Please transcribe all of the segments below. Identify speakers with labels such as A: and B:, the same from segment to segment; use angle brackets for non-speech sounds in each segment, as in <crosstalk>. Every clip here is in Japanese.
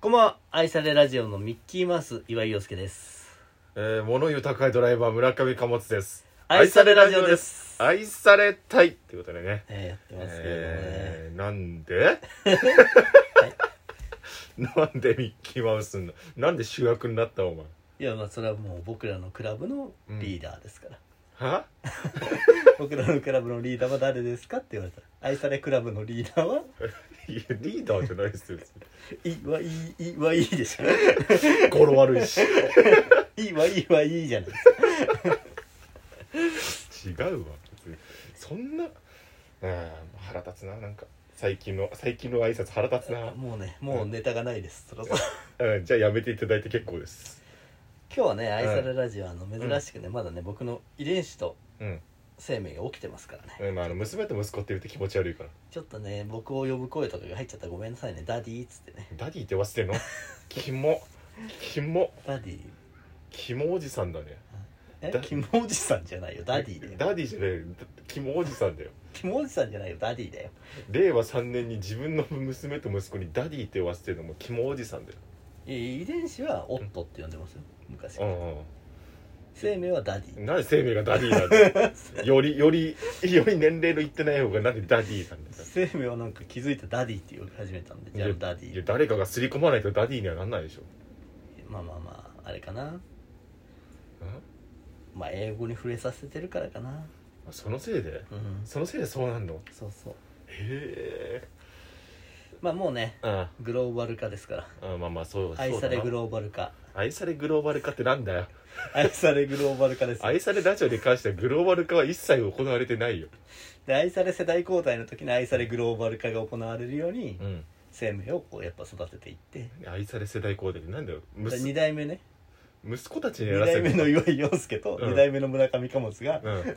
A: こんばんは愛されラジオのミッキーマウス岩井陽介です
B: えー、物言う高いドライバー村上貨物です
A: 愛されラジオです
B: 愛されたいってことでね、
A: えー、やってますけどね、
B: えー、なんでなんでミッキーマウスのなんで主役になったお前
A: いやまあそれはもう僕らのクラブのリーダーですから、
B: は
A: 僕らのクラブのリーダーは誰ですかって言われたら愛されクラブのリーダーはい
B: やリーダーじゃないですよ
A: いいはいいいいはいいでしょ
B: 語呂悪いし
A: いいはいいはいいじゃない
B: 違うわ別にそんなうん腹立つななんか最近の最近の挨拶腹立つな、
A: もうねもうネタがないですそろそろ
B: うん、じゃあやめていただいて結構です
A: 今日はね愛されラジオはあの珍しくね、まだね僕の遺伝子と
B: うん、
A: 生命が起きてますからね、
B: うんまあ、あの娘と息子って言うと気持ち悪いから
A: ちょっとね僕を呼ぶ声とかが入っちゃったらごめんなさいねダディっつってね
B: ダディって忘
A: <laughs>
B: れんのキモキモ
A: ダディ
B: キモおじさんだね
A: え
B: ダ
A: キモおじさんじゃないよダディだよ
B: ダディじゃねえよだキモおじさんだよ
A: キモおじさんじゃないよダディだよ
B: 令和3年に自分の娘と息子にダディって言わせてるのもキモおじさんだよ
A: いや遺伝子はオットって呼んでますよ昔から
B: う
A: 生命はダデ
B: んう
A: ィ
B: んなんで生命がダディなんだよ
A: <laughs>
B: よりよりより年齢のいってない方がなんでダディなんだよ
A: 生命はなんか気づいたダディって呼び始めたんでじゃあ
B: いや
A: ダデ
B: いや
A: ィ
B: 誰かが刷り込まないとダディにはなんないでしょ
A: まあまあまああれかなまあ英語に触れさせてるからかな
B: うんそのせいで
A: うん
B: そのせいでそうなんの
A: そうそう
B: へえ
A: まあもうね
B: あ
A: グローバル化ですから
B: あまあまあそう
A: 愛されグ
B: ロ
A: ローバル化 <laughs>
B: 愛されグローバル化ってなんだよ
A: 愛されグローバル化ですよ
B: 愛されラジオに関してはグローバル化は一切行われてないよ、
A: で愛され世代交代の時に愛されグローバル化が行われるように
B: うん、
A: 生命をこうやっぱ育てていって
B: 愛され世代交代ってなんだよむす
A: 2代目ね
B: 息子たちにや
A: 2
B: らせ
A: 代
B: る
A: 目の岩井陽介と
B: うん
A: 2代目の村上貨物が
B: うん、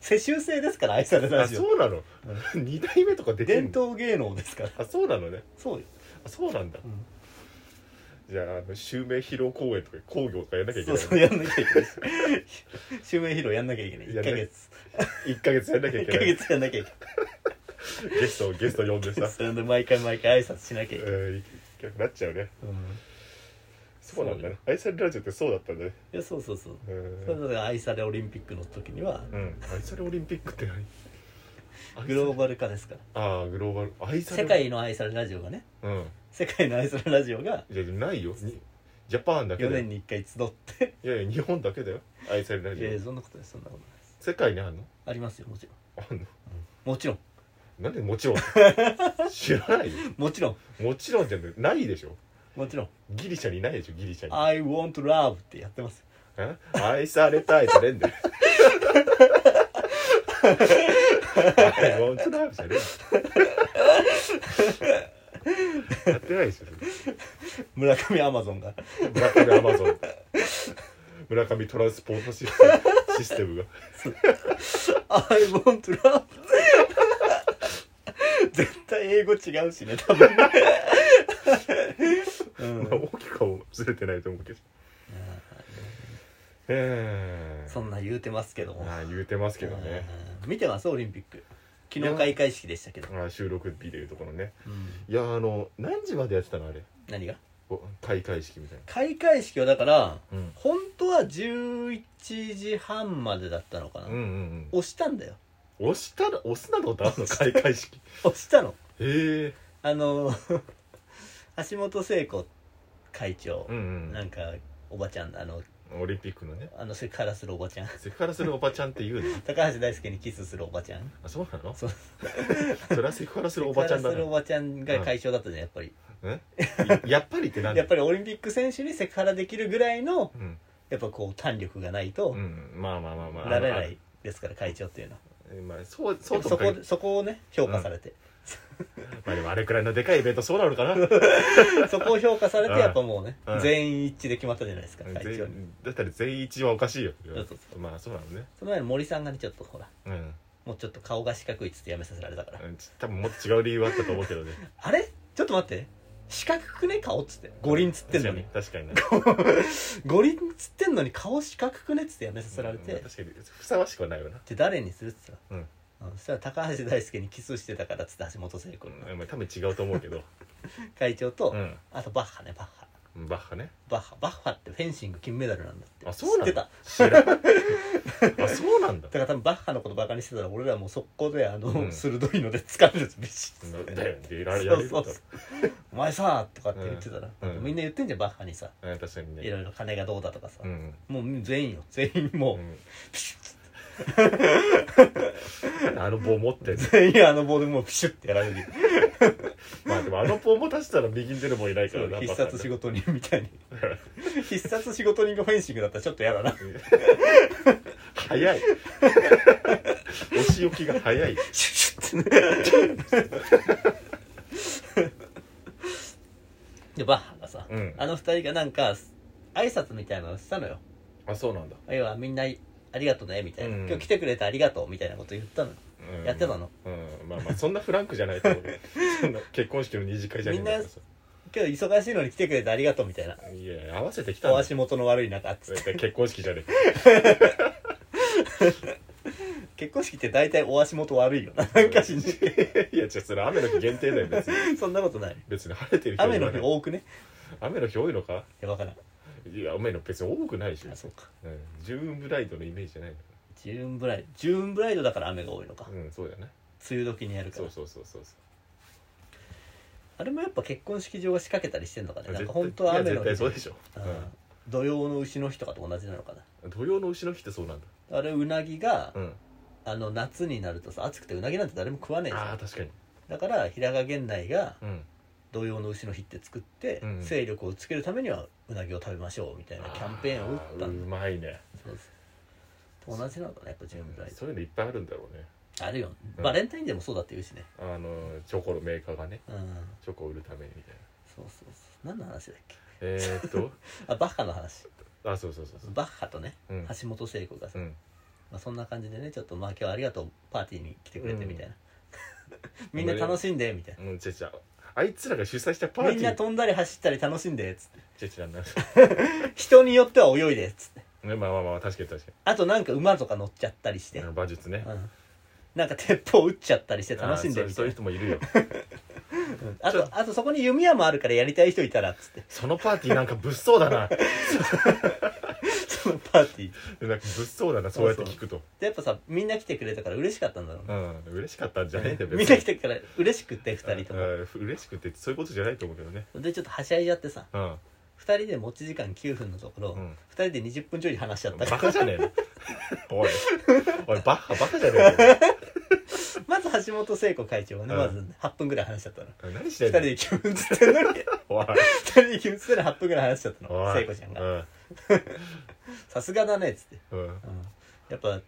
A: 世襲制ですから愛されラ
B: あ
A: ジオ
B: そうなの、二代目とか出てん
A: 伝
B: の
A: 統芸能ですから
B: あそうなのね
A: そうよ、
B: あそうなんだ
A: うん
B: じゃああの襲名披露公演とか興行とかやんなきゃいけ
A: そう
B: ない
A: そうやんなきゃい <laughs> けないし襲名披露やんなきゃいけない1
B: やん
A: ヶ
B: な
A: 月
B: 1ヶ月やんなきゃい
A: 1
B: け
A: ヶ
B: ない
A: 月やんなきゃいけ
B: ゲストをゲスト呼
A: <laughs>
B: んで
A: ない
B: さ
A: それで毎回毎回挨拶しなきゃいけない、
B: うん行けなくなっちゃうね
A: うん、い
B: そうなんだね愛されラジオってそうだったんだね
A: やそうそうそう
B: う
A: それ
B: ん、
A: ぞれ愛されオリンピックの時には
B: うん、愛されオリンピックって何
A: グロー
B: ル
A: バル化ですから
B: ああグローバル愛され
A: 世界の愛されラジオがね
B: うん
A: 世界の愛されラジオが
B: いやないよにジャパンだけ
A: 4
B: だよ
A: 年に1回集って
B: いやいや日本だけだよ愛されラ
A: い
B: ジ
A: やいや
B: オ
A: そんなことないそんなことないです
B: 世界にあんの
A: ありますよもちろん
B: あんの
A: もちろん
B: なんでもちろん
A: <laughs>
B: 知らないよ
A: もちろん
B: もちろんじゃないでしょ
A: もちろん
B: ギリシャにいないでしょギリシャ
A: 「
B: に
A: I want love」ってやってます
B: え愛されたいってね
A: <laughs>
B: えんだよ I want to love じゃねえよやってないでしょ
A: 村上アマゾンが
B: 村上アマゾン村上トランスポートシステムシステムが
A: 「I want love」絶対英語違うしね多分ね、うん
B: まあ、 <laughs> 大きくはずれてないと思うけどええ
A: そんな言うてますけども、
B: まあ言うてますけどね
A: うん見てますオリンピック昨日開会式でしたけど、
B: まあ収録日でいうところね
A: うん
B: いやあの何時までやってたのあれ
A: 何が
B: お開会式みたい
A: 開会式はだから
B: な、うん、
A: 本当は11時半までだったのかな、
B: うんうん
A: 押したんだよ
B: 押したら押すなことあるの開会
A: <laughs>
B: 式
A: 押したの
B: へえ
A: あの橋本聖子会長、
B: うん
A: なんかおばちゃんあの
B: うんオリンピックのね
A: あのセクハラするおばちゃん <laughs>
B: セクハラするおばちゃんって言うの
A: 高橋大輔にキスするおばちゃん
B: あそうな
A: <laughs>
B: の
A: そう
B: それはセクハラするおばちゃん
A: セクハ
B: だ
A: ラするお
B: な
A: ばちゃんが会長だったじゃんやっぱり、
B: えやっぱりってなんだ
A: やっ
B: よ
A: ぱりオリンピック選手にセクハラできるぐらいの
B: うん、
A: やっぱこう胆力がないうと
B: ん、まあまあまあまあ
A: なれな
B: あの
A: いですから会長っていうのは
B: あのまあそうそ
A: やっぱ
B: う
A: そ
B: とも限
A: こ
B: る
A: そこをね評価されて、
B: まあでもあれくらいのでかいイベントそうな
A: <laughs>
B: のかな
A: そこを評価されて
B: うん
A: やっぱもうね、
B: うん
A: 全員一致で決まったじゃないですか会長
B: 全
A: に
B: だったら全員一はおかしいよ
A: そうそう
B: まあそうなのね
A: その前に森さんがねちょっとほら
B: うん
A: もうちょっと顔が四角いっつってやめさせられたから、
B: うんち多分もっと違う理由はあったと思うけどね
A: あれちょっと待って四角くね顔っつって <laughs> 五輪っつってんのに
B: 確かに
A: 五輪っつってんのに顔四角くねっつってやめさせられて、
B: うん確かにふさわしくはないよな
A: で誰にするっつったら
B: うん
A: うんそしたら高橋大輔にキスしてたからっつって橋本聖子に、
B: うんまあ多分違うと思うけど
A: 会長と、
B: うん
A: あとバッハねバッハ
B: バッハね
A: バッハバッハってフェンシング金メダルなんだって
B: あそうな
A: 知
B: ん
A: ってた
B: だ知らんあそうなんだ
A: だから多分バッハのことバカにしてたら俺らもう速攻であの、
B: うん
A: 鋭いので掴めるビシッ
B: だよねいられや
A: そう
B: れる
A: そ
B: と
A: うそうお前さとかって言ってたら、
B: うんうん
A: みんな言ってんじゃんバッハにさ
B: うん確かに
A: い
B: ね
A: ろいろ金がどうだとかさ、
B: うん
A: もう全員よ全員もう、ピシュ
B: うん <laughs> あの棒持ってんの
A: ッ全員あの棒でもうピシュッてやられるよ
B: まあでもあの棒も出したら右に出るもいないからな
A: 必殺仕
B: 事
A: 事人みたいに <laughs> 必殺仕事人がフェンシングだったらちょっとやだな
B: 早いお仕置きが早い
A: シュッシュッてねでバッハがさ、
B: うん
A: あの二人がなんか挨拶みたいなのしたのよ
B: あそうなんだ、
A: 要はみんなありがとうねみたいな、
B: うん
A: 今日来てくれてありがとうみたいなこと言ったの
B: うん
A: やってたの
B: うんまあまあそんなフランクじゃないと思うけどそんな結婚式の二次会じゃねえんだからさ
A: 今日忙しいのに来てくれてありがとうみたいない
B: や合わせてきたん
A: お
B: だ
A: 足元の悪い中っつって
B: 絶対結婚式じゃね
A: <laughs> 結婚式って大体お足元悪いよななんかしんない
B: えいやじゃあそれ雨の日限定だよ別に
A: そんなこと <laughs> ない
B: 別に晴れてる日は
A: 雨
B: 言
A: の
B: わな
A: 日
B: い
A: 多くね
B: 雨の日多いのか
A: いやわからん
B: いや雨の別に多くないでしょ
A: あそうか
B: うんジューンブライドのイメージじゃないの
A: ジューンブライドジューンブライドだから雨が多いのか、
B: うんそうだよね
A: 梅雨時にやるから
B: そうそうそうそうそう
A: あれもやっぱ結婚式場が仕掛けたりしてんのかねなん
B: 絶
A: か
B: 対
A: 本当はい
B: や
A: 雨の
B: 絶対
A: 日
B: そうでしょ、
A: うん土曜の牛の日とかと同じなのか
B: うん、土曜の牛の日ってそうなんだ
A: なあれうなぎが、
B: うん
A: あの夏になるとさ暑くてうなぎなんて誰も食わねえじゃん
B: ああ確かに
A: だから平賀源内が
B: うん
A: 土用の牛の日って作って、
B: うん
A: 勢力をつけるためにはうなぎを食べましょうみたいなキャンペーンを打った
B: あーうん
A: だ
B: まいね
A: そうそうと同じなのかなやっぱ準備ライ
B: そういうのいっぱいあるんだろうね
A: ドあるよ、
B: うん
A: バレンタインでもそうだって言うしね
B: あのチョコのメーカーがね
A: うん
B: チョコを売るためにみたいな
A: そうそうそう何の話だっけ
B: えー、
A: <laughs>
B: っと
A: あバッハの話
B: あそうそうそうそう
A: バッハとね、
B: うん
A: 橋本聖子がさ、
B: うん
A: まあ、そんな感じでねちょっとまあ今日はありがとうパーティーに来てくれて
B: うん
A: みたいな、 <laughs> みんな楽しんでみたいな
B: うんちゃちゃあいつらが主催したパー
A: みん
B: ティ
A: な
B: ー
A: 飛んだり走ったり楽しんでっつって
B: ちゃちゃな
A: 人によっては泳いでっつって
B: ねまあまあまあ確かに確か
A: あとなんか馬とか乗っちゃったりして
B: に馬術ね
A: うんなんか鉄砲撃っちゃったりして楽しんで
B: あー
A: み
B: そ
A: た
B: うそう
A: い
B: いう
A: な
B: 人もいるよ
A: うんあとあとそこに弓矢もあるからやりたい人いたらっつって
B: そのパーティーなんか物騒だな
A: そのパーティー
B: なんか物騒だなそうやって聞くと
A: でやっぱさみんな来てくれたから嬉しかったんだろうね
B: うん嬉しかったんじゃねえんだよ
A: みんな来てから嬉しくて2人とも
B: うん嬉しくてそういうことじゃないと思うけどね
A: でちょっとはしゃいじゃってさ
B: うん
A: 2人で持ち時間9分のところ、
B: うん
A: 2人で20分ちょい話しちゃった
B: バ
A: から
B: カじゃねえの
A: <laughs>
B: おいおいバッハバカじゃねえ
A: まず橋本聖子会長がね、
B: うん
A: まず8分ぐらい話しちゃったの <laughs>
B: の何して
A: 2
B: んの
A: 人で気分つってんのに
B: おい
A: 2人で気分つってんのに8分ぐらい話しちゃった
B: お
A: の聖
B: い
A: 子ちゃんが
B: うん
A: さすがだねっつって、
B: うん
A: うん、やっぱ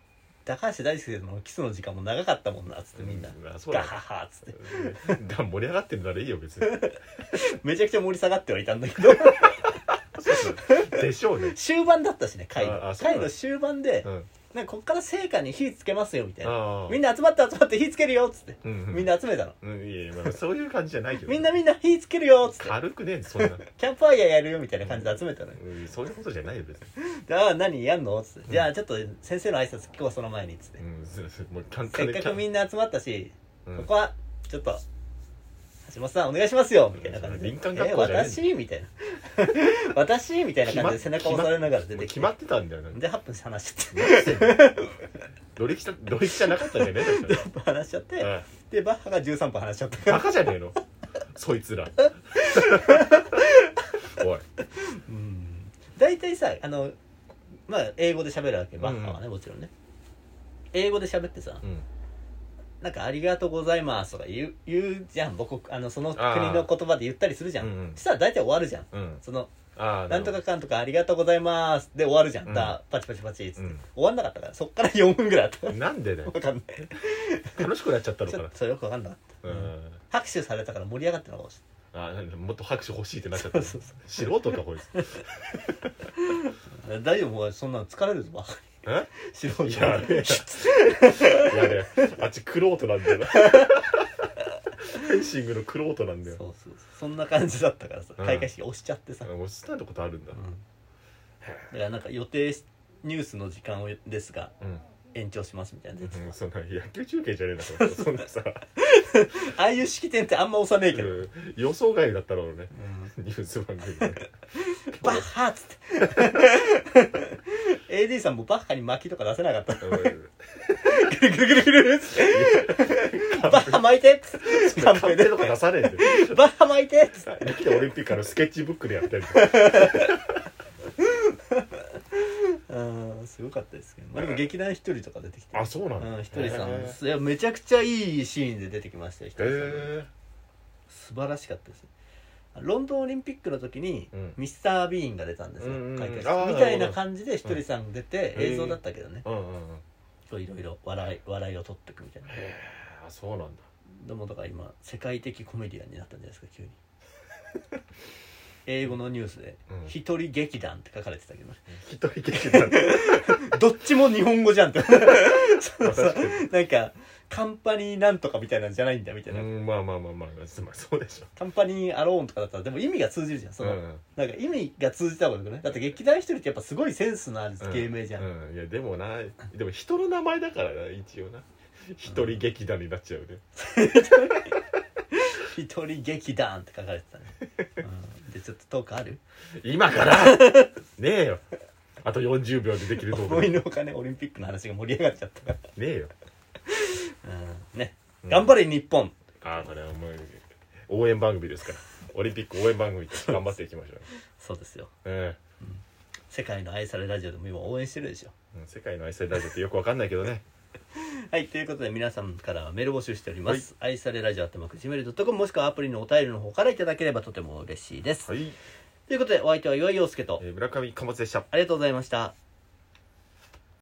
A: 高橋大輔のキスの時間も長かったもんなっつってみんな、
B: うそう
A: ガ
B: だ
A: ハハっつって
B: うんだから盛り上がってるならいいよ別に
A: <laughs> めちゃくちゃ盛り下がってはいたんだけど
B: <laughs> でしょうね
A: 終盤だったしね会の
B: ああそうな
A: 会
B: の
A: の終盤で、
B: うん
A: なんかこっから聖火に火つけますよみたいな
B: ああ
A: みんな集まって集まって火つけるよっつって、
B: うんうん
A: みんな集めたの
B: うんいやいやまあそういう感じじゃないけど
A: みんなみんな火つけるよっつって
B: 軽くねえそんな
A: キャンプファイヤーやるよみたいな感じで集めたのよ
B: うんそういうことじゃないよ別に
A: でああ何やんのっつってじゃあちょっと先生の挨拶聞こうその前にっつって
B: うんそうそうもう簡
A: せ
B: 単
A: っ
B: で
A: かくみんな集まったし
B: うん
A: ここはちょっと橋本さんお願いしますよみたいな感じで
B: うん林間
A: え
B: 学校じゃねえ
A: 私みたいな
B: <laughs>
A: 私みたいな感じで背中を押されながら出
B: もう
A: てき
B: 決
A: て
B: まってたんだよなんか
A: で8分話しちゃっ
B: 何してんの乗り気じゃ乗り気じゃなかったんじゃね
A: <laughs>
B: えだか
A: て話しちゃって、
B: らうん
A: でバッハが13分話しちゃったか
B: バ
A: ら、
B: カじゃねえの <laughs> そいつら <laughs> おい
A: うん、大体さあのまあ英語で喋るわけバッハはね、もちろんね英語で喋ってさ、
B: うん
A: なんか「ありがとうございます」とか言う言うじゃん母国あのその
B: あー
A: 国の言葉で言ったりするじゃん、
B: うんうん
A: したら大体終わるじゃん
B: うん
A: その
B: ああ
A: なんとかかんとか「ありがとうございます」で終わるじゃん、
B: うん
A: だパチパチパチっつって、
B: うん
A: 終わんなかったからそっから4分ぐらいあ
B: <laughs>
A: った
B: なんでだよ
A: 分かんない
B: 楽しくなっちゃったの
A: ち
B: か
A: ょ
B: な
A: っとよく分かんなかった、
B: う
A: うん
B: ん
A: 拍手されたから盛り上がってるのかもしれ
B: あなんだもっと拍手欲しいってなっちゃった
A: そうそう
B: 素人かこいつ
A: ない大丈夫もうそんなの疲れるぞバカ
B: え
A: 素人
B: いやいやいやねあっちクロートなんだよなフェンシングのクロートなんだ
A: そ
B: よ
A: うそうそんな感じだったからさ
B: うん
A: 開会式押しちゃってさ、
B: もうそんなことあるんだ
A: うんだからなんか予定しニュースの時間をですが
B: うん
A: 延長しますみたいなやつ、
B: うんそんな野球中継じゃねえんだか
A: <laughs>
B: らそんなさ、
A: ああいう式典ってあんま押さねえけど、
B: うん予想外だったろうね
A: うん
B: ニュース番組で
A: <laughs> バッハっつって <laughs> AD さんもバッハに巻きとか出せなか
B: <laughs>
A: ったぐるぐるぐるぐるっつってバッハ巻いてっつってカンペ
B: カン
A: で
B: ペとか出される
A: バッハ巻いてっつって
B: できたオリンピックあのスケッチブックでや
A: <laughs>
B: ってる
A: うんすごかったですけど、まあ、でも劇団ひとりとか出てきて
B: あそうなんだ
A: うん、ひとりさ
B: へ
A: んいやめちゃくちゃいいシーンで出てきましたよひとりさん、
B: え
A: 素晴らしかったですロンドンオリンピックの時に、
B: うん
A: ミスター・ビーンが出たんですよ、
B: うんうんうん
A: 書いて
B: あー
A: あ
B: な
A: る
B: るほど
A: みたいな感じでひとりさん出て、
B: うん
A: 映像だったけどね
B: うんうんうん
A: いろいろいろ笑い笑いを取っていくみたいな
B: へえあそうなんだ
A: でもだから今世界的コメディアンになったんじゃないですか急に
B: <laughs>
A: 英語のニュースで
B: うん
A: 「一人劇団」って書かれてたけど、
B: 一人劇団
A: どっちも日本語じゃんって <laughs> そのさ
B: 確かに
A: なんかカンパニーなんとかみたいなんじゃないんだみたいな、
B: うんまあまあまあまあつまりそうでしょ
A: カンパニーアローンとかだったらでも意味が通じるじゃんその、
B: うん
A: なんか意味が通じた方がよくないだって劇団一人ってやっぱすごいセンスのある芸名じゃん、
B: うんいやでもなでも人の名前だからな一応な一人劇団になっちゃうね
A: 一人劇団って書かれてたね、うん、でちょっとトークある
B: <laughs> 今から
A: <laughs>
B: ねえよあと40秒でできると思
A: 思
B: う
A: い
B: ね
A: のほかねオリンピックの話が盛り上がっちゃったか
B: えよ
A: ら、うん、ね、
B: うん
A: 頑張れ日本
B: ああそれはもう応援番組ですからオリンピック応援番組として頑張っていきましょう
A: そうですよ
B: え
A: 世界の愛されラジオでも今応援してるでしょ
B: えうん世界の愛されラジオってよくわかんないけどね
A: はいということで皆さんからはメール募集しております、愛されラジオってまくじめる .com もしくはアプリのお便りの方からいただければとても嬉しいです、
B: はい、
A: ということでお相手は岩井陽介と
B: えー村上貨物でした
A: ありがとうございました